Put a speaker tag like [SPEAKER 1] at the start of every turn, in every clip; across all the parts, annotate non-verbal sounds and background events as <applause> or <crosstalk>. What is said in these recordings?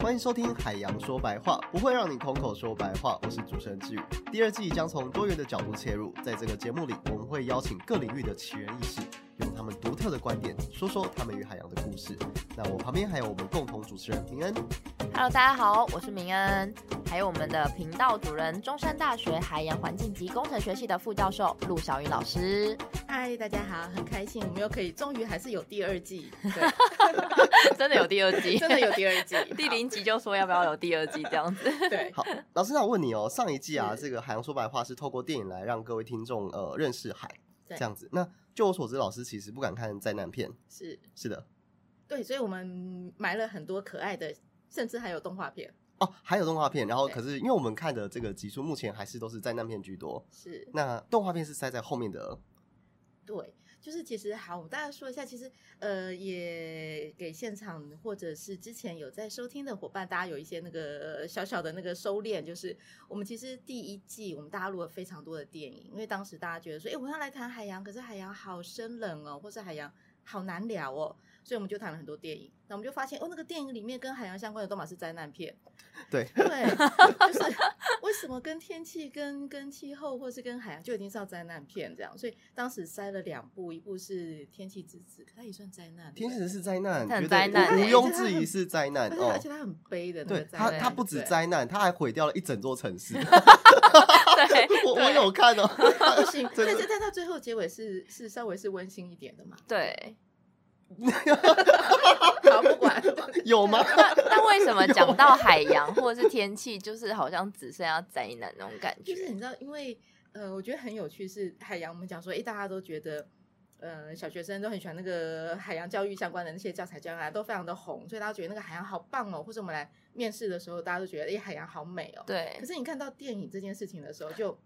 [SPEAKER 1] 欢迎收听《海洋说白话》，不会让你空口说白话。我是主持人志宇。第二季将从多元的角度切入，在这个节目里，我们会邀请各领域的奇人异事，用他们独特的观点说说他们与海洋的故事。那我旁边还有我们共同主持人平安。
[SPEAKER 2] Hello，大家好，我是明恩，还有我们的频道主人，中山大学海洋环境及工程学系的副教授陆小云老师。
[SPEAKER 3] 嗨，大家好，很开心，我们又可以，终于还是有第二季，
[SPEAKER 2] <laughs> <laughs> 真的有第二季，，
[SPEAKER 3] 对，真的有第二季
[SPEAKER 2] 第零集就说要不要有第二季这样子。<laughs>
[SPEAKER 3] 好，对， <laughs>
[SPEAKER 1] 好，老师，那我问你哦，上一季啊，
[SPEAKER 3] 是
[SPEAKER 1] 这个《海洋说白话》是透过电影来让各位听众呃认识海，这
[SPEAKER 3] 对
[SPEAKER 1] 样子。那据我所知，老师其实不敢看灾难片。
[SPEAKER 3] 是，
[SPEAKER 1] 是的，
[SPEAKER 3] 对，所以我们买了很多可爱的，甚至还有动画片，
[SPEAKER 1] 哦，还有动画片，然后
[SPEAKER 3] 对
[SPEAKER 1] 可是因为我们看的这个集数，目前还是都是灾难片居多。
[SPEAKER 3] 是，
[SPEAKER 1] 那动画片是塞在后面的，哦
[SPEAKER 3] 对，就是其实好，我们大家说一下，其实呃，也给现场或者是之前有在收听的伙伴，大家有一些那个小小的那个收敛，就是我们其实第一季我们大家录了非常多的电影，因为当时大家觉得说，哎，我们要来谈海洋，可是海洋好生冷哦，或是海洋好难聊哦。所以我们就谈了很多电影，那我们就发现哦，那个电影里面跟海洋相关的都嘛是灾难片，
[SPEAKER 1] 对，
[SPEAKER 3] 对，就是 <laughs> 为什么跟天气、跟跟气候，或是跟海洋，就一定是要灾难片这样。所以当时塞了两部，一部是《天气之子》，可它也算灾难。
[SPEAKER 1] 天
[SPEAKER 3] 气
[SPEAKER 1] 使是灾难，
[SPEAKER 2] 它很
[SPEAKER 1] 觉
[SPEAKER 2] 灾
[SPEAKER 1] 得
[SPEAKER 2] 难
[SPEAKER 1] 毋
[SPEAKER 2] 欸
[SPEAKER 1] 庸置疑是灾难
[SPEAKER 3] 而且而
[SPEAKER 1] 哦
[SPEAKER 3] 且。它很悲的那
[SPEAKER 1] 对
[SPEAKER 3] 个灾难。
[SPEAKER 1] 他，他不止
[SPEAKER 3] 对，
[SPEAKER 1] 灾难，他还毁掉了一整座城市。
[SPEAKER 2] <laughs> 对，
[SPEAKER 1] 我我有看
[SPEAKER 2] <laughs>
[SPEAKER 1] 哦，
[SPEAKER 3] 不行，
[SPEAKER 1] <laughs> 真的
[SPEAKER 3] 但是但到最后结尾是是稍微是温馨一点的嘛。
[SPEAKER 2] 对，
[SPEAKER 3] 好，不
[SPEAKER 1] <laughs>
[SPEAKER 3] 管
[SPEAKER 1] 有吗？
[SPEAKER 2] 那那为什么讲到海洋或者是天气，就是好像只剩下灾难那种感觉？
[SPEAKER 3] 就是你知道，因为呃，我觉得很有趣是海洋，我们讲说，诶，大家都觉得。呃，小学生都很喜欢那个海洋教育相关的那些教材教案啊，都非常的红，所以大家觉得那个海洋好棒哦。或者我们来面试的时候，大家都觉得诶，海洋好美哦。
[SPEAKER 2] 对
[SPEAKER 3] 可，是你看到电影这件事情的时候，就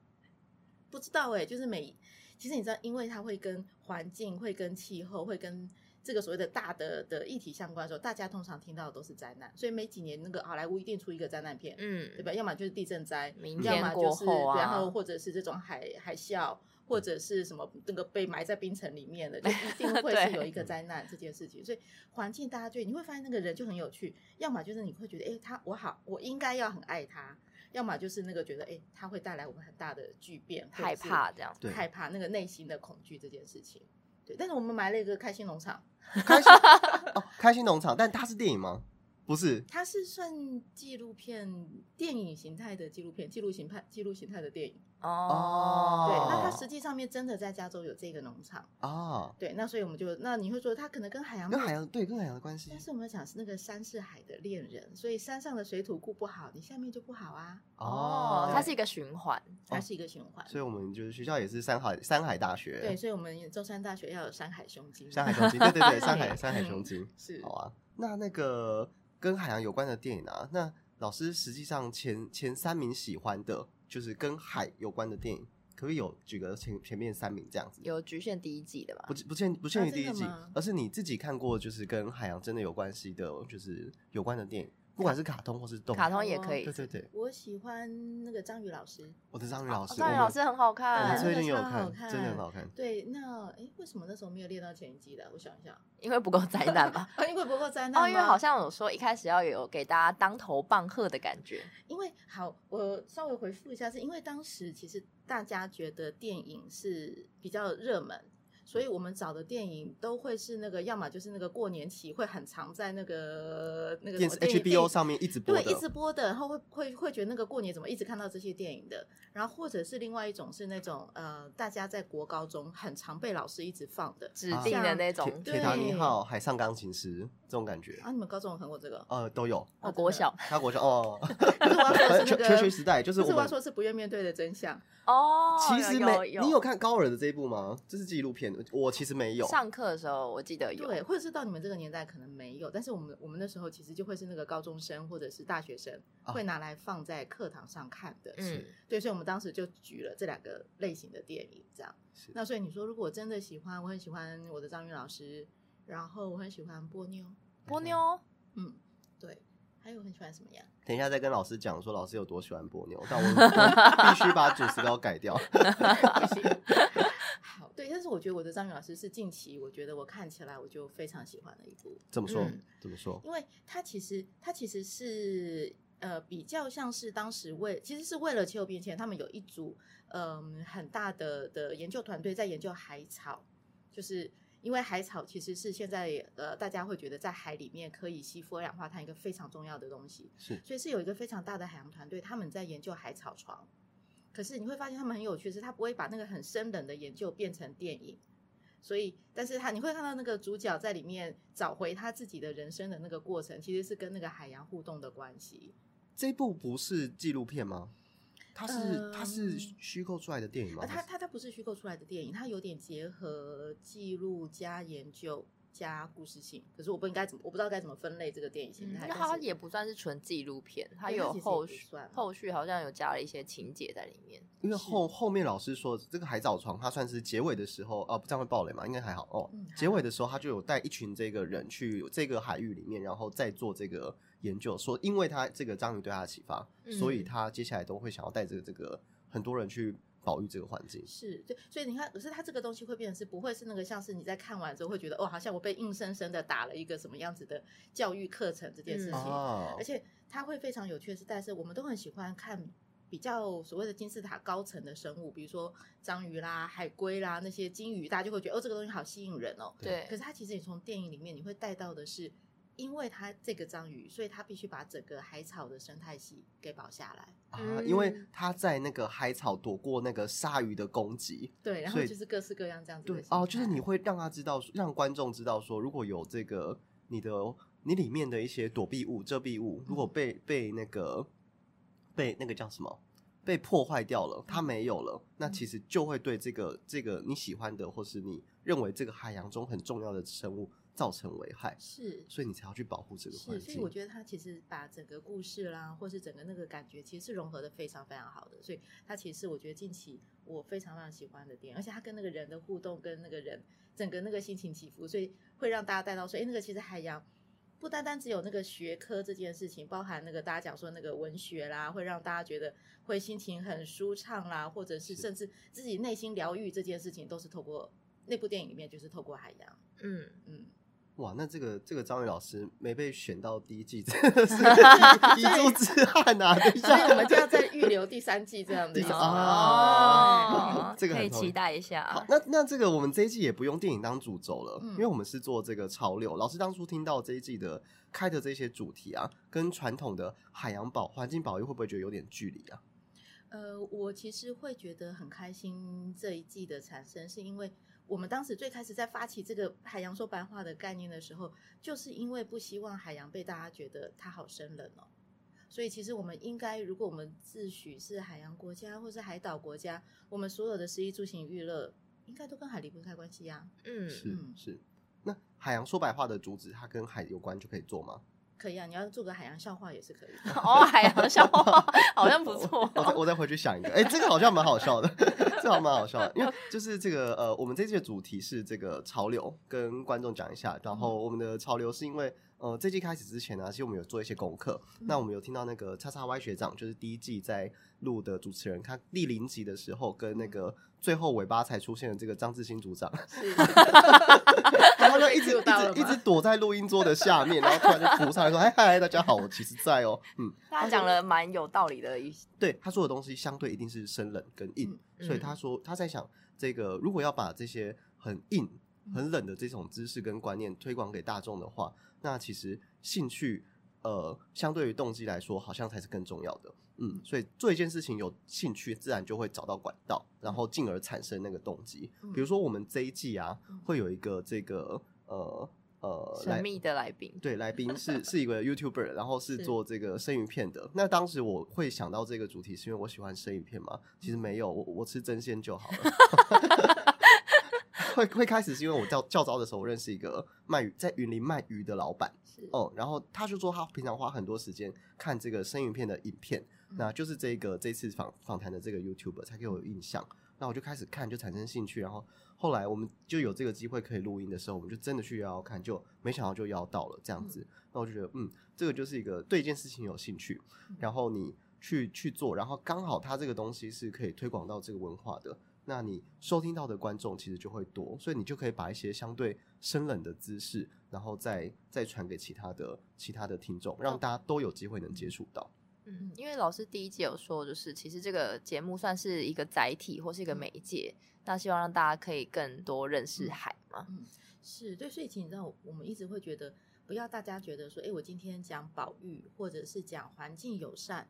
[SPEAKER 3] 不知道哎、就是每其实你知道，因为它会跟环境、会跟气候、会跟这个所谓的大的的议题相关的时候，大家通常听到的都是灾难，所以每几年那个好莱坞一定出一个灾难片，对
[SPEAKER 2] 嗯，
[SPEAKER 3] 吧？要么就是地震灾，
[SPEAKER 2] 明
[SPEAKER 3] 要
[SPEAKER 2] 天
[SPEAKER 3] 么
[SPEAKER 2] 过
[SPEAKER 3] 就是
[SPEAKER 2] 后
[SPEAKER 3] 然
[SPEAKER 2] 啊
[SPEAKER 3] 后，或者是这种海海啸。或者是什么那个被埋在冰层里面的，就一
[SPEAKER 2] <laughs>
[SPEAKER 3] 定会
[SPEAKER 2] 对
[SPEAKER 3] 是有一个灾难这件事情。所以环境大家就你会发现那个人就很有趣，要么就是你会觉得，哎、他我好，我应该要很爱他；要么就是那个觉得，哎、他会带来我们很大的巨变，或者
[SPEAKER 2] 害
[SPEAKER 3] 是
[SPEAKER 2] 怕这样。
[SPEAKER 1] 对
[SPEAKER 3] 害怕那个内心的恐惧这件事情。对，但是我们买了一个开心农场，
[SPEAKER 1] 开
[SPEAKER 2] <laughs>
[SPEAKER 1] 心哦，开心农场，但它是电影吗？不是，
[SPEAKER 3] 它是算纪录片电影形态的纪录片，记录形态记录形态的电影。
[SPEAKER 2] 哦，
[SPEAKER 3] 对，那它实际上面真的在加州有这个农场，
[SPEAKER 1] 啊，
[SPEAKER 3] 对，那所以我们就那你会说它可能跟海洋没
[SPEAKER 1] 跟
[SPEAKER 3] 有
[SPEAKER 1] 海洋对跟海洋的关系
[SPEAKER 3] 但是我们讲是那个山是海的恋人，所以山上的水土顾不好，你下面就不好啊，
[SPEAKER 2] 哦，
[SPEAKER 1] 它
[SPEAKER 2] 它是一个循环，
[SPEAKER 3] 它是一个循环。
[SPEAKER 1] 哦所以我们就是学校也是山海山海大学，
[SPEAKER 3] 对，所以我们中山大学要有山海胸襟。
[SPEAKER 1] 山
[SPEAKER 3] <laughs>
[SPEAKER 1] 海雄经，对对对，
[SPEAKER 3] 对
[SPEAKER 1] 山海山海
[SPEAKER 3] 嗯
[SPEAKER 1] 雄经，
[SPEAKER 3] 是
[SPEAKER 1] 好啊。那那个跟海洋有关的电影啊，那老师实际上前前三名喜欢的就是跟海有关的电影，可不可以有举个前前面三名这样子？
[SPEAKER 2] 有局限第一季的吧
[SPEAKER 1] 不？不限不限于
[SPEAKER 3] 啊真
[SPEAKER 1] 第一
[SPEAKER 3] 的
[SPEAKER 1] 季，
[SPEAKER 3] 吗
[SPEAKER 1] 而是你自己看过就是跟海洋真的有关系的，就是有关的电影，不管是卡通或是动画。
[SPEAKER 2] 卡通也可以
[SPEAKER 1] 对，对对，
[SPEAKER 3] 我喜欢那个章鱼老师。
[SPEAKER 1] 我的章鱼哦老师，
[SPEAKER 2] 哦张宇
[SPEAKER 1] 我
[SPEAKER 2] 老
[SPEAKER 1] 们
[SPEAKER 2] 师很好
[SPEAKER 1] 我
[SPEAKER 2] 看
[SPEAKER 1] 们
[SPEAKER 3] 嗯，
[SPEAKER 1] 最近有
[SPEAKER 3] 那个超好
[SPEAKER 1] 看，真的很
[SPEAKER 3] 看
[SPEAKER 1] 好看。
[SPEAKER 3] 对，那哎，为什么那时候没有列到前一季的？我想一下， <laughs>
[SPEAKER 2] 因为不够灾难吧？
[SPEAKER 3] 啊，因为不够灾难吗
[SPEAKER 2] 哦，因为好像有说一开始要有给大家当头棒喝的感觉，
[SPEAKER 3] 因为好，我稍微回复一下，是因为当时其实大家觉得电影是比较热门，所以我们找的电影都会是那个，要么就是那个过年期会很常在那个那个什
[SPEAKER 1] 电
[SPEAKER 3] 么
[SPEAKER 1] 视
[SPEAKER 3] 电影
[SPEAKER 1] HBO 上面一直播
[SPEAKER 3] 对
[SPEAKER 1] 的，
[SPEAKER 3] 一直播的，然后会会会觉得那个过年怎么一直看到这些电影的，然后或者是另外一种是那种呃，大家在国高中很常被老师一直放的
[SPEAKER 2] 指定的那种
[SPEAKER 1] 铁铁达尼啊
[SPEAKER 3] 对
[SPEAKER 1] 号、海上钢琴师这种感觉，
[SPEAKER 3] 啊，你们高中有看过这个？
[SPEAKER 1] 呃，都有。
[SPEAKER 2] 哦，国小
[SPEAKER 1] 他国上哦，
[SPEAKER 3] 可是我要
[SPEAKER 1] <laughs>
[SPEAKER 3] 说的是那个
[SPEAKER 1] 求学时代就是
[SPEAKER 3] 不是
[SPEAKER 1] 我
[SPEAKER 3] 我要
[SPEAKER 1] 们。
[SPEAKER 3] 说是不愿面对的真相。
[SPEAKER 2] 哦，
[SPEAKER 1] 其实没，
[SPEAKER 2] 有
[SPEAKER 1] 你有看高尔的这一部吗？这是纪录片，我其实没有。
[SPEAKER 2] 上课的时候，我记得有，
[SPEAKER 3] 对，或者是到你们这个年代可能没有，但是我们我们那时候其实就会是那个高中生或者是大学生、
[SPEAKER 1] 啊
[SPEAKER 3] 会拿来放在课堂上看的。
[SPEAKER 2] 哦嗯，
[SPEAKER 3] 对，所以我们当时就举了这两个类型的电影，这样
[SPEAKER 1] 是。
[SPEAKER 3] 那所以你说，如果我真的喜欢，我很喜欢我的张云老师，然后我很喜欢波妞，
[SPEAKER 2] 波妞
[SPEAKER 3] 嗯，对，还有很喜欢什么呀？ <laughs>
[SPEAKER 1] 等一下再跟老师讲说老师有多喜欢波妞，但我我必须把主词都改掉。
[SPEAKER 3] 不行好，对，但是我我觉得我的张宇老师是近期我觉得我看起来我就非常喜欢的一部，
[SPEAKER 1] 怎么说
[SPEAKER 2] 嗯？
[SPEAKER 1] 怎么说？
[SPEAKER 3] 因为它其实它其实是呃比较像是当时为其实是为了气候变迁，他们有一组嗯、很大的的研究团队在研究海草，就是。因为海草其实是现在呃，大家会觉得在海里面可以吸附二氧化碳一个非常重要的东西，
[SPEAKER 1] 是
[SPEAKER 3] 所以是有一个非常大的海洋团队，他们在研究海草床。可是你会发现他们很有趣，是他不会把那个很深冷的研究变成电影。所以，但是他你会看到那个主角在里面找回他自己的人生的那个过程，其实是跟那个海洋互动的关系。
[SPEAKER 1] 这部不是纪录片吗？它是它是
[SPEAKER 3] 嗯
[SPEAKER 1] 虚构出来的电影吗
[SPEAKER 3] 啊，？他
[SPEAKER 1] 还是
[SPEAKER 3] 他他不是虚构出来的电影，他有点结合记录加研究加故事性。可是我不应该怎么，我不知道该怎么分类这个电影形态。
[SPEAKER 2] 嗯那
[SPEAKER 3] 但
[SPEAKER 2] 它
[SPEAKER 3] 是
[SPEAKER 2] 也不算是纯纪录片，它
[SPEAKER 3] 对它
[SPEAKER 2] 有
[SPEAKER 3] 其实也
[SPEAKER 2] 后
[SPEAKER 3] 不
[SPEAKER 2] 续
[SPEAKER 3] 算啊
[SPEAKER 2] 后续好像有加了一些情节在里面。
[SPEAKER 1] 因为后后面老师说这个海藻床，它算是结尾的时候哦，这样会爆雷嘛？应该还好哦。
[SPEAKER 3] 嗯还好
[SPEAKER 1] 结尾的时候，他就有带一群这个人去这个海域里面，然后再做这个研究。说，因为他这个章鱼对他的启发，
[SPEAKER 2] 嗯
[SPEAKER 1] 所以他接下来都会想要带着这个很多人去保育这个环境。
[SPEAKER 3] 是对，所以你看，可是它这个东西会变成是不会是那个像是你在看完之后会觉得哦，好像我被硬生生的打了一个什么样子的教育课程这件事
[SPEAKER 2] 嗯
[SPEAKER 3] 情，
[SPEAKER 1] 啊
[SPEAKER 3] 而，且它会非常有趣的是，但是我们都很喜欢看比较所谓的金字塔高层的生物，比如说章鱼啦、海龟啦那些金鱼，大家就会觉得哦，这个东西好吸引人哦。
[SPEAKER 1] 对
[SPEAKER 2] 对，
[SPEAKER 3] 可是它其实你从电影里面你会带到的是，因为它这个章鱼，所以它必须把整个海草的生态系给保下来。
[SPEAKER 1] 啊，
[SPEAKER 2] 嗯
[SPEAKER 1] 因为他在那个海草躲过那个鲨鱼的攻击，
[SPEAKER 3] 对，然后
[SPEAKER 1] 所以
[SPEAKER 3] 就是各式各样这样子的
[SPEAKER 1] 对
[SPEAKER 3] 形
[SPEAKER 1] 哦，就是
[SPEAKER 3] 态
[SPEAKER 1] 你会让他知道，让观众知道说，如果有这个你的你里面的一些躲避物、遮蔽物，如果
[SPEAKER 3] 嗯
[SPEAKER 1] 被被那个被那个叫什么被破坏掉了，它没有了，那
[SPEAKER 3] 嗯
[SPEAKER 1] 其实就会对这个这个你喜欢的或是你认为这个海洋中很重要的生物造成危害，
[SPEAKER 3] 是
[SPEAKER 1] 所以你才要去保护这个环
[SPEAKER 3] 是，所以
[SPEAKER 1] 境
[SPEAKER 3] 我。觉得他其实把整个故事啦，或是整个那个感觉，其实是融合的非常非常好的。所以他其实是我觉得近期我非常非常喜欢的电影，而且他跟那个人的互动，跟那个人整个那个心情起伏，所以会让大家带到说，哎，那个其实海洋。不单单只有那个学科这件事情，包含那个大家讲说那个文学啦，会让大家觉得会心情很舒畅啦，或者是
[SPEAKER 1] 是
[SPEAKER 3] 甚至自己内心疗愈这件事情，都是透过那部电影里面，就是透过海洋。
[SPEAKER 2] 嗯，
[SPEAKER 3] 嗯，
[SPEAKER 1] 哇，那这个这个张宇老师没被选到第一季，真的
[SPEAKER 3] <laughs>
[SPEAKER 1] 是一肚子汗啊！等一
[SPEAKER 3] 所以
[SPEAKER 1] 下，
[SPEAKER 3] 我们就要 <laughs> 再预留第三季这样的一种
[SPEAKER 1] 啊 <laughs>
[SPEAKER 2] 哦，
[SPEAKER 1] 这个
[SPEAKER 2] 可
[SPEAKER 1] 很
[SPEAKER 2] 以
[SPEAKER 1] 同意
[SPEAKER 2] 期待一
[SPEAKER 1] 好
[SPEAKER 2] 下，。啊
[SPEAKER 1] 那那这个我们这一季也不用电影当主轴了，
[SPEAKER 3] 啊嗯
[SPEAKER 1] 因为我们是做这个潮流。老师当初听到这一季的开的这些主题啊，跟传统的海洋保、环境保育会不会觉得有点距离啊？
[SPEAKER 3] 呃，我其实会觉得很开心这一季的产生，是因为我们当时最开始在发起这个海洋说白话的概念的时候，就是因为不希望海洋被大家觉得它好生冷哦。所以其实我们应该，如果我们自诩是海洋国家或是海岛国家，我们所有的食衣住行娱乐应该都跟海离不开关系呀、
[SPEAKER 2] 嗯，
[SPEAKER 1] 是
[SPEAKER 3] 嗯
[SPEAKER 1] 是。那海洋说白话的主旨，它跟海有关就可以做吗？
[SPEAKER 3] 可以啊，你要做个海洋笑话也是可以的。
[SPEAKER 2] 哦，海洋笑话好像不错。
[SPEAKER 1] 我 <laughs> 再我再回去想一个，哎、这个好像蛮好笑的，这好像蛮好笑的，因为就是这个呃，我们这季的主题是这个潮流，跟观众讲一下。然后我们的潮流是因为呃，这季开始之前呢、其实我们有做一些功课。
[SPEAKER 3] 嗯
[SPEAKER 1] 那我们有听到那个叉叉 Y 学长，就是第一季在录的主持人，他第零集的时候跟那个最后尾巴才出现的这个张志新组长，
[SPEAKER 3] <laughs> 是，
[SPEAKER 1] 然后就一直
[SPEAKER 3] 被 cue 到了
[SPEAKER 1] 一直一直
[SPEAKER 3] 吗
[SPEAKER 1] 躲在录音桌的下面，然后突然就浮上来说：“哎嗨嗨，大家好，我其实在哦。”嗯，
[SPEAKER 2] 他讲了蛮有道理的一些，
[SPEAKER 1] 对他说的东西相对一定是生冷跟硬，
[SPEAKER 2] 嗯
[SPEAKER 1] 所以他说他在想这个如果要把这些很硬、
[SPEAKER 3] 嗯
[SPEAKER 1] 很冷的这种知识跟观念推广给大众的话，那其实兴趣呃相对于动机来说，好像才是更重要的。嗯，所以做一件事情有兴趣，自然就会找到管道，然后进而产生那个动机。
[SPEAKER 3] 嗯
[SPEAKER 1] 比如说我们这一季啊
[SPEAKER 3] 嗯，
[SPEAKER 1] 会有一个这个呃呃来
[SPEAKER 2] 神秘的来宾。嗯
[SPEAKER 1] 对，来宾
[SPEAKER 3] <laughs>
[SPEAKER 1] 是是一个 YouTuber，然后是
[SPEAKER 3] 是
[SPEAKER 1] 做这个生鱼片的。那当时我会想到这个主题，是因为我喜欢生鱼片嘛？其实没有，我我吃真鲜就好了。
[SPEAKER 3] <laughs>
[SPEAKER 1] <laughs> 会会开始是因为我教教招的时候，我认识一个卖鱼在云林卖鱼的老板，
[SPEAKER 3] 是，
[SPEAKER 1] 哦、然后他就说他平常花很多时间看这个生鱼片的影片，
[SPEAKER 3] 嗯
[SPEAKER 1] 那就是这个这次访访谈的这个 YouTuber 才给我有印象。
[SPEAKER 3] 嗯
[SPEAKER 1] 那我就开始看，就产生兴趣，然后后来我们就有这个机会可以录音的时候，我们就真的去邀邀看，就没想到就邀到了这样子。那我就觉得，嗯，这个就是一个对一件事情有兴趣
[SPEAKER 3] 嗯，
[SPEAKER 1] 然后你去去做，然后刚好它这个东西是可以推广到这个文化的，那你收听到的观众其实就会多，所以你就可以把一些相对生冷的姿势，然后再再传给其他的其他的听众，让大家都有机会能接触到。
[SPEAKER 2] 嗯，因为老师第一届有说，就是其实这个节目算是一个载体或是一个媒介，那希望让大家可以更多认识海嘛。
[SPEAKER 3] 是对，所以其实你知道，我们一直会觉得，不要大家觉得说，哎，我今天讲保育或者是讲环境友善，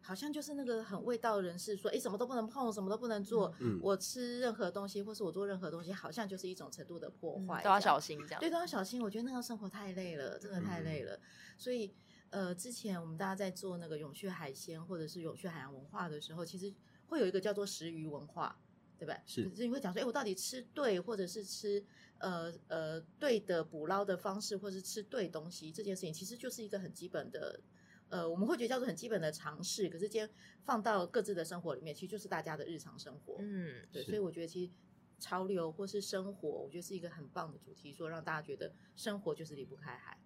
[SPEAKER 3] 好像就是那个很味道人士说，哎，什么都不能碰，什么都不能做，
[SPEAKER 1] 嗯，
[SPEAKER 3] 我吃任何东西或是我做任何东西，好像就是一种程度的破
[SPEAKER 2] 嗯
[SPEAKER 3] 坏，
[SPEAKER 2] 都要
[SPEAKER 3] 这样
[SPEAKER 2] 小心这样。
[SPEAKER 3] 对，都要小心。我觉得那个生活太累了，真的太
[SPEAKER 1] 嗯
[SPEAKER 3] 累了。所以，呃，之前我们大家在做那个永续海鲜或者是永续海洋文化的时候，其实会有一个叫做食鱼文化，对吧？
[SPEAKER 1] 是
[SPEAKER 3] 就是你会讲说，哎，我到底吃对，或者是吃呃呃对的捕捞的方式，或是吃对东西这件事情，其实就是一个很基本的。呃，我们会觉得叫做很基本的尝试，可是今天放到各自的生活里面，其实就是大家的日常生活。
[SPEAKER 2] 嗯，
[SPEAKER 3] 对，
[SPEAKER 1] 是
[SPEAKER 3] 所以我觉得其实潮流或是生活，我觉得是一个很棒的主题，说让大家觉得生活就是离不开海。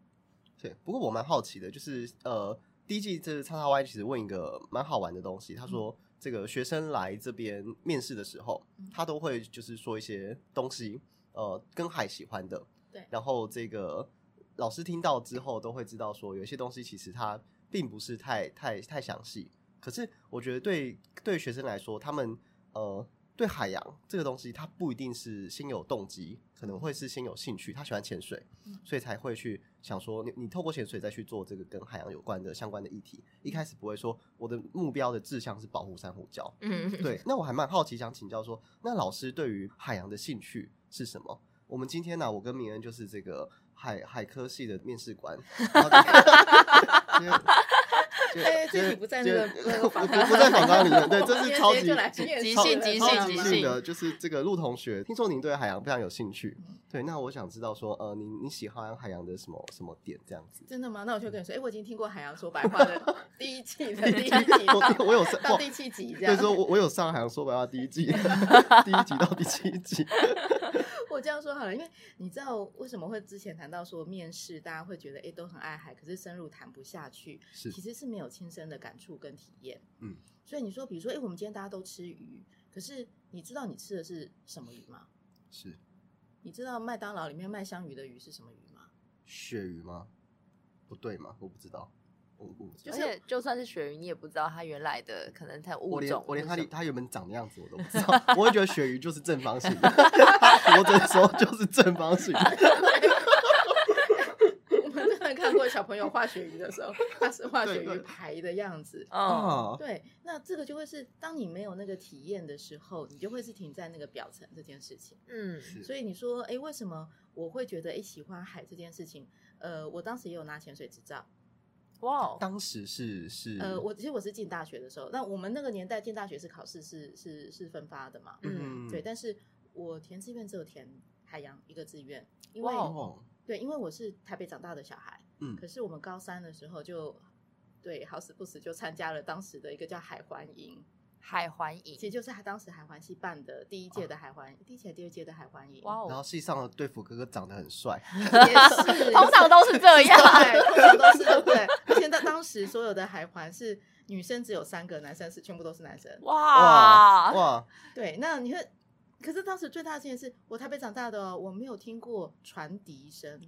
[SPEAKER 1] 对，不过我蛮好奇的，就是呃，第一季这叉叉 Y 其实问一个蛮好玩的东西，他说这个学生来这边面试的时候
[SPEAKER 3] 嗯，
[SPEAKER 1] 他都会就是说一些东西，呃，跟海喜欢的，
[SPEAKER 3] 对
[SPEAKER 1] 然后这个老师听到之后都会知道说，有一些东西其实它并不是太太太详细，可是我觉得对对学生来说，他们呃。对海洋这个东西，他不一定是先有动机，可能会是先有兴趣。他喜欢潜水，所以才会去想说，你你透过潜水再去做这个跟海洋有关的相关的议题。一开始不会说我的目标的志向是保护珊瑚礁，
[SPEAKER 2] 嗯，
[SPEAKER 1] 对。那我还蛮好奇，想请教说，那老师对于海洋的兴趣是什么？我们今天呢、我跟明恩就是这个海海科系的面试官，然 <laughs> 后就就就
[SPEAKER 3] 哎这题
[SPEAKER 1] 就
[SPEAKER 3] 不在那个
[SPEAKER 1] 就
[SPEAKER 3] 那个
[SPEAKER 1] 不
[SPEAKER 3] 访纲
[SPEAKER 1] 不在访纲里面，对，这
[SPEAKER 3] 直
[SPEAKER 1] 是
[SPEAKER 3] 接
[SPEAKER 1] 超
[SPEAKER 3] 直
[SPEAKER 1] 级
[SPEAKER 3] 接就来
[SPEAKER 1] 极
[SPEAKER 3] 面
[SPEAKER 2] 即
[SPEAKER 3] 试
[SPEAKER 2] 兴即
[SPEAKER 3] 了
[SPEAKER 1] 超
[SPEAKER 2] 兴
[SPEAKER 1] 级
[SPEAKER 2] 即
[SPEAKER 1] 兴
[SPEAKER 2] 兴
[SPEAKER 1] 的，就是这个陆同学，听说您对海洋非常有兴趣
[SPEAKER 3] 嗯，
[SPEAKER 1] 对，那我想知道说，呃，你你喜欢海洋的什么什么点这样子？
[SPEAKER 3] 真的吗？那我就跟你说，哎，我已经听过《海洋说白话》 <laughs> 的第一季的第一 <laughs> 集到，
[SPEAKER 1] 我我有上
[SPEAKER 3] 到
[SPEAKER 1] 哇
[SPEAKER 3] 第七集 <laughs> 这
[SPEAKER 1] 所以
[SPEAKER 3] 样。
[SPEAKER 1] 说我我有上海洋说白话第一季， <laughs> 第一集到第七集， <laughs>
[SPEAKER 3] <laughs> 我这样说好了，因为你知道为什么会之前谈到说面试，大家会觉得哎都很爱海，可是深入谈不下去，
[SPEAKER 1] 是
[SPEAKER 3] 其实是没有亲身的感触跟体验。
[SPEAKER 1] 嗯，
[SPEAKER 3] 所以你说，比如说，哎，我们今天大家都吃鱼，可是你知道你吃的是什么鱼吗？
[SPEAKER 1] 是
[SPEAKER 3] 你知道麦当劳里面卖香鱼的鱼是什么鱼吗？ <laughs>
[SPEAKER 1] 鳕鱼吗？不对吗？我不知道，我我不知
[SPEAKER 2] 而
[SPEAKER 1] 道
[SPEAKER 3] 就是
[SPEAKER 2] 且就算是鳕鱼，你也不知道它原来的可能它
[SPEAKER 1] 我
[SPEAKER 2] 物
[SPEAKER 1] 连
[SPEAKER 2] 种
[SPEAKER 1] 我连
[SPEAKER 2] 是
[SPEAKER 1] 它
[SPEAKER 2] 什
[SPEAKER 1] 里
[SPEAKER 2] 么
[SPEAKER 1] 它原本长的样子我都不知道，我会觉得鳕鱼就是正方形的，它活着的时候就是正方形的。
[SPEAKER 3] 我们真的看过小朋友画鳕鱼的时候，它是画鳕
[SPEAKER 1] 对对
[SPEAKER 3] 鱼排的样子。
[SPEAKER 1] 啊，
[SPEAKER 2] 哦，
[SPEAKER 3] <laughs> 对，那这个就会是当你没有那个体验的时候，你就会是停在那个表层这件事情。
[SPEAKER 2] 嗯，
[SPEAKER 1] 是
[SPEAKER 3] 所以你说，哎，为什么我会觉得哎喜欢海这件事情？呃，我当时也有拿潜水执照，
[SPEAKER 2] 哇哦，
[SPEAKER 1] 当时是是
[SPEAKER 3] 呃，我其实我是进大学的时候，那我们那个年代进大学是考试是是是分发的嘛，
[SPEAKER 1] 嗯
[SPEAKER 3] 对，但是我填志愿只有填海洋一个志愿，因为
[SPEAKER 2] 哇
[SPEAKER 1] 哦
[SPEAKER 3] 对，因为我是台北长大的小孩，
[SPEAKER 1] 嗯
[SPEAKER 3] 可是我们高三的时候就对好死不死就参加了当时的一个叫海环营，
[SPEAKER 2] 海环
[SPEAKER 3] 其实
[SPEAKER 2] 影，
[SPEAKER 3] 就是他当时海环系办的第一届的海环，第一届、第二届的海环营，
[SPEAKER 2] 哇
[SPEAKER 1] 然后
[SPEAKER 2] 哦，
[SPEAKER 1] 戏上的对付哥哥长得很帅，
[SPEAKER 3] <laughs> 也
[SPEAKER 2] <laughs>
[SPEAKER 3] 是
[SPEAKER 2] 通常都是这样，
[SPEAKER 3] 对，通常都是对不对？而且当当时所有的海环是女生只有三个，男生是全部都是男生，
[SPEAKER 1] 哇
[SPEAKER 2] 哇，
[SPEAKER 1] 哇，
[SPEAKER 3] 对，那你会，可是当时最大的件事，我台北长大的、哦，我没有听过船笛声，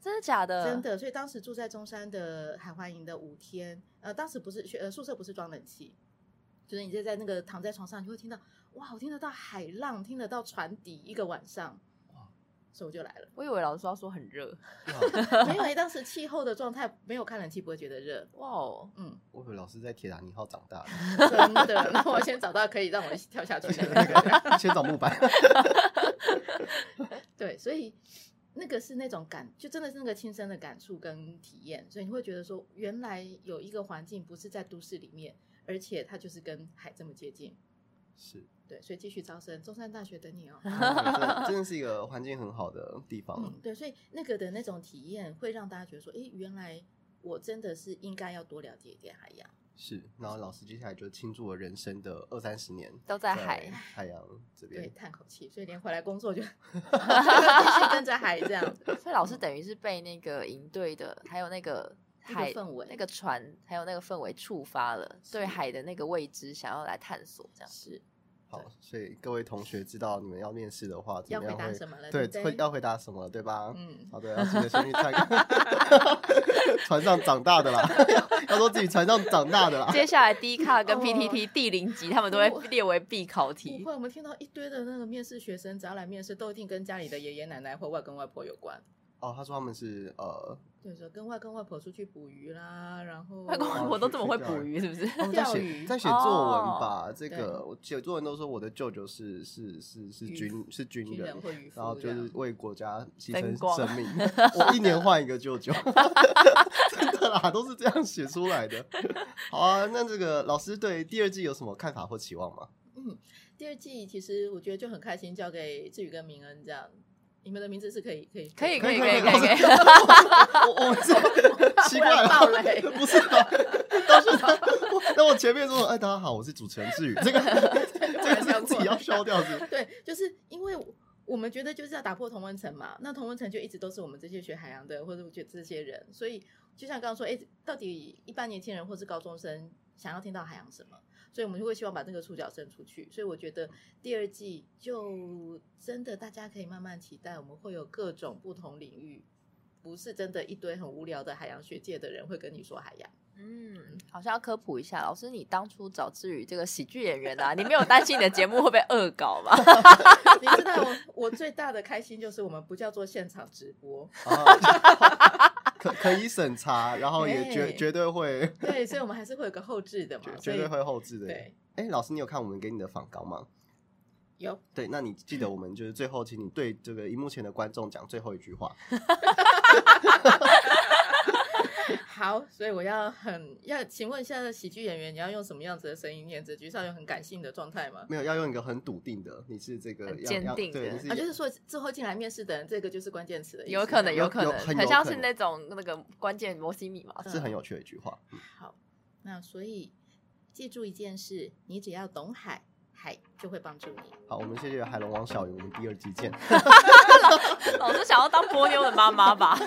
[SPEAKER 2] 真的假的？
[SPEAKER 3] 真，的。所以当时住在中山的海环营的五天，呃，当时不是学呃宿舍不是装冷气，就是你就在那个躺在床上，你会听到哇，我听得到海浪，听得到船笛，一个晚上
[SPEAKER 1] 哇，
[SPEAKER 3] 所以我就来
[SPEAKER 2] <laughs>
[SPEAKER 3] 了。
[SPEAKER 2] 我以为老师要说很热，
[SPEAKER 1] 哇
[SPEAKER 3] 没有、欸，当时气候的状态没有开冷气不会觉得热，
[SPEAKER 2] 哇哦，
[SPEAKER 3] 嗯，
[SPEAKER 1] 我以为老师在铁达尼号长大的，
[SPEAKER 3] 真的。那我先找到可以让我跳下去的 <laughs> 那
[SPEAKER 1] <laughs>
[SPEAKER 3] 个。
[SPEAKER 1] 先找木板。
[SPEAKER 3] 对，所以那个是那种感，就真的是那个亲身的感触跟体验，所以你会觉得说，原来有一个环境不是在都市里面，而且它就是跟海这么接近。
[SPEAKER 1] 是，
[SPEAKER 3] 对，所以继续招生，中山大学等 <laughs> 你哦。
[SPEAKER 1] 嗯真的是一个环境很好的地方
[SPEAKER 3] 嗯，。对，所以那个的那种体验会让大家觉得说，诶，原来我真的是应该要多了解一点海洋。
[SPEAKER 1] 是，然后老师接下来就倾注了人生的二三十年
[SPEAKER 2] 都在海，
[SPEAKER 1] 海洋这
[SPEAKER 3] 对，
[SPEAKER 1] 边。
[SPEAKER 3] 叹口气，所以连回来工作 <laughs> 就必须跟着海这样子。
[SPEAKER 2] 所以老师等于是被那个营队的，还有那个
[SPEAKER 3] 那个
[SPEAKER 2] 海
[SPEAKER 3] 氛围
[SPEAKER 2] 那个船，还有那个氛围触发了，对 <laughs>
[SPEAKER 3] 是
[SPEAKER 2] 海的那个未知想要来探索，这样
[SPEAKER 3] 是，
[SPEAKER 1] 好，所以各位同学知道你们要面试的话，怎
[SPEAKER 3] 要
[SPEAKER 1] 么样
[SPEAKER 3] 回答
[SPEAKER 1] 会
[SPEAKER 3] 什么了？
[SPEAKER 1] 对
[SPEAKER 3] 对不
[SPEAKER 1] 会
[SPEAKER 3] 对，
[SPEAKER 1] 要回答什么，对吧？
[SPEAKER 3] 嗯，
[SPEAKER 1] 好的，要记得先去参
[SPEAKER 3] <laughs>
[SPEAKER 1] 考船上长大的啦，要说自己船上长大的啦。
[SPEAKER 2] 接下来 D 卡跟
[SPEAKER 3] 哦
[SPEAKER 2] PTT 第零级，他们都会列为必考
[SPEAKER 3] 不
[SPEAKER 2] 题。
[SPEAKER 3] 会，我们听到一堆的那个面试学生，只要来面试，都一定跟家里的爷爷奶奶或外公外婆有关。
[SPEAKER 1] 哦，他说他们是呃，
[SPEAKER 3] 对，说跟外公外婆出去捕鱼啦，然后
[SPEAKER 2] 外公
[SPEAKER 1] 哦
[SPEAKER 2] 外婆都这么会捕鱼，是不是？
[SPEAKER 1] 他们哦在
[SPEAKER 3] 钓
[SPEAKER 1] 写
[SPEAKER 3] 鱼哦
[SPEAKER 1] 在写作文吧？这
[SPEAKER 3] 对
[SPEAKER 1] 个我写作文都说我的舅舅是是是是
[SPEAKER 3] 渔
[SPEAKER 1] 军
[SPEAKER 3] 夫
[SPEAKER 1] 是军
[SPEAKER 3] 军
[SPEAKER 1] 人
[SPEAKER 3] 人，或渔夫，
[SPEAKER 1] 然哦后就
[SPEAKER 3] 这样
[SPEAKER 1] 是为国家牺
[SPEAKER 2] 增
[SPEAKER 1] 牲
[SPEAKER 2] 光
[SPEAKER 1] 生命。我一年换一个舅舅， <laughs> 真的啦，都是这样写出来的。好啊，那这个老师对第二季有什么看法或期望吗？
[SPEAKER 3] 第二季其实我觉得就很开心，交给志宇跟明恩这样。你们的名字是可以可以
[SPEAKER 2] 可以
[SPEAKER 1] 可以
[SPEAKER 2] 可以
[SPEAKER 1] 可以
[SPEAKER 2] 可以，
[SPEAKER 1] 我我这奇怪
[SPEAKER 3] 爆
[SPEAKER 1] 了，
[SPEAKER 3] 雷
[SPEAKER 1] 不是啊，当时他我那我前面说，哎，大家好，我是主持人志宇，这个这个是自己要消掉是不是。
[SPEAKER 3] <laughs> 对，就是因为我们觉得就是要打破同温层嘛，那同温层就一直都是我们这些学海洋的或者我觉得这些人，所以就像刚刚说，哎，到底一般年轻人或是高中生想要听到海洋什么？所以我们就会希望把这个触角伸出去。所以我觉得第二季就真的大家可以慢慢期待，我们会有各种不同领域。不是真的一堆很无聊的海洋学界的人会跟你说海洋，
[SPEAKER 2] 嗯， <laughs> 好像要科普一下，老师，你当初找志宇这个喜剧演员啊，你没有担心你的节目会被恶搞吗？ <laughs>
[SPEAKER 3] 你知道我我最大的开心就是我们不叫做现场直播，
[SPEAKER 1] 啊可可以审查，然后也绝
[SPEAKER 3] 对
[SPEAKER 1] 绝对会
[SPEAKER 3] 对，所以我们还是会有个后置的嘛，
[SPEAKER 1] 绝
[SPEAKER 3] 所
[SPEAKER 1] 绝
[SPEAKER 3] 以
[SPEAKER 1] 对会后置的。
[SPEAKER 3] 对，
[SPEAKER 1] 哎，老师，你有看我们给你的访稿吗？
[SPEAKER 3] 有
[SPEAKER 1] 对，那你记得我们就是最后，请你对这个荧幕前的观众讲最后一句话。
[SPEAKER 3] 好，所以我要很要，请问一下喜剧演员，你要用什么样子的声音念这句？是要用很感性的状态吗？
[SPEAKER 1] 没有，要用一个很笃定的，你是这个
[SPEAKER 2] 很
[SPEAKER 1] 要
[SPEAKER 2] 坚
[SPEAKER 1] 要
[SPEAKER 2] 定
[SPEAKER 1] 对，
[SPEAKER 2] 的
[SPEAKER 1] 你是
[SPEAKER 3] 啊，就是说之后进来面试的人，这个就是关键词的意思
[SPEAKER 2] 有可能，
[SPEAKER 1] 有
[SPEAKER 2] 可能，
[SPEAKER 1] 有很有
[SPEAKER 2] 很像
[SPEAKER 1] 可
[SPEAKER 2] 是
[SPEAKER 1] 能
[SPEAKER 2] 那种那个关键摩西密码。
[SPEAKER 1] 是很有趣的一句话。
[SPEAKER 3] 好，那所以记住一件事，你只要懂海，海就会帮助你。
[SPEAKER 1] 好，我们谢谢海龙王小云，我们第二季见。
[SPEAKER 2] 老师想要当波妞的妈妈吧？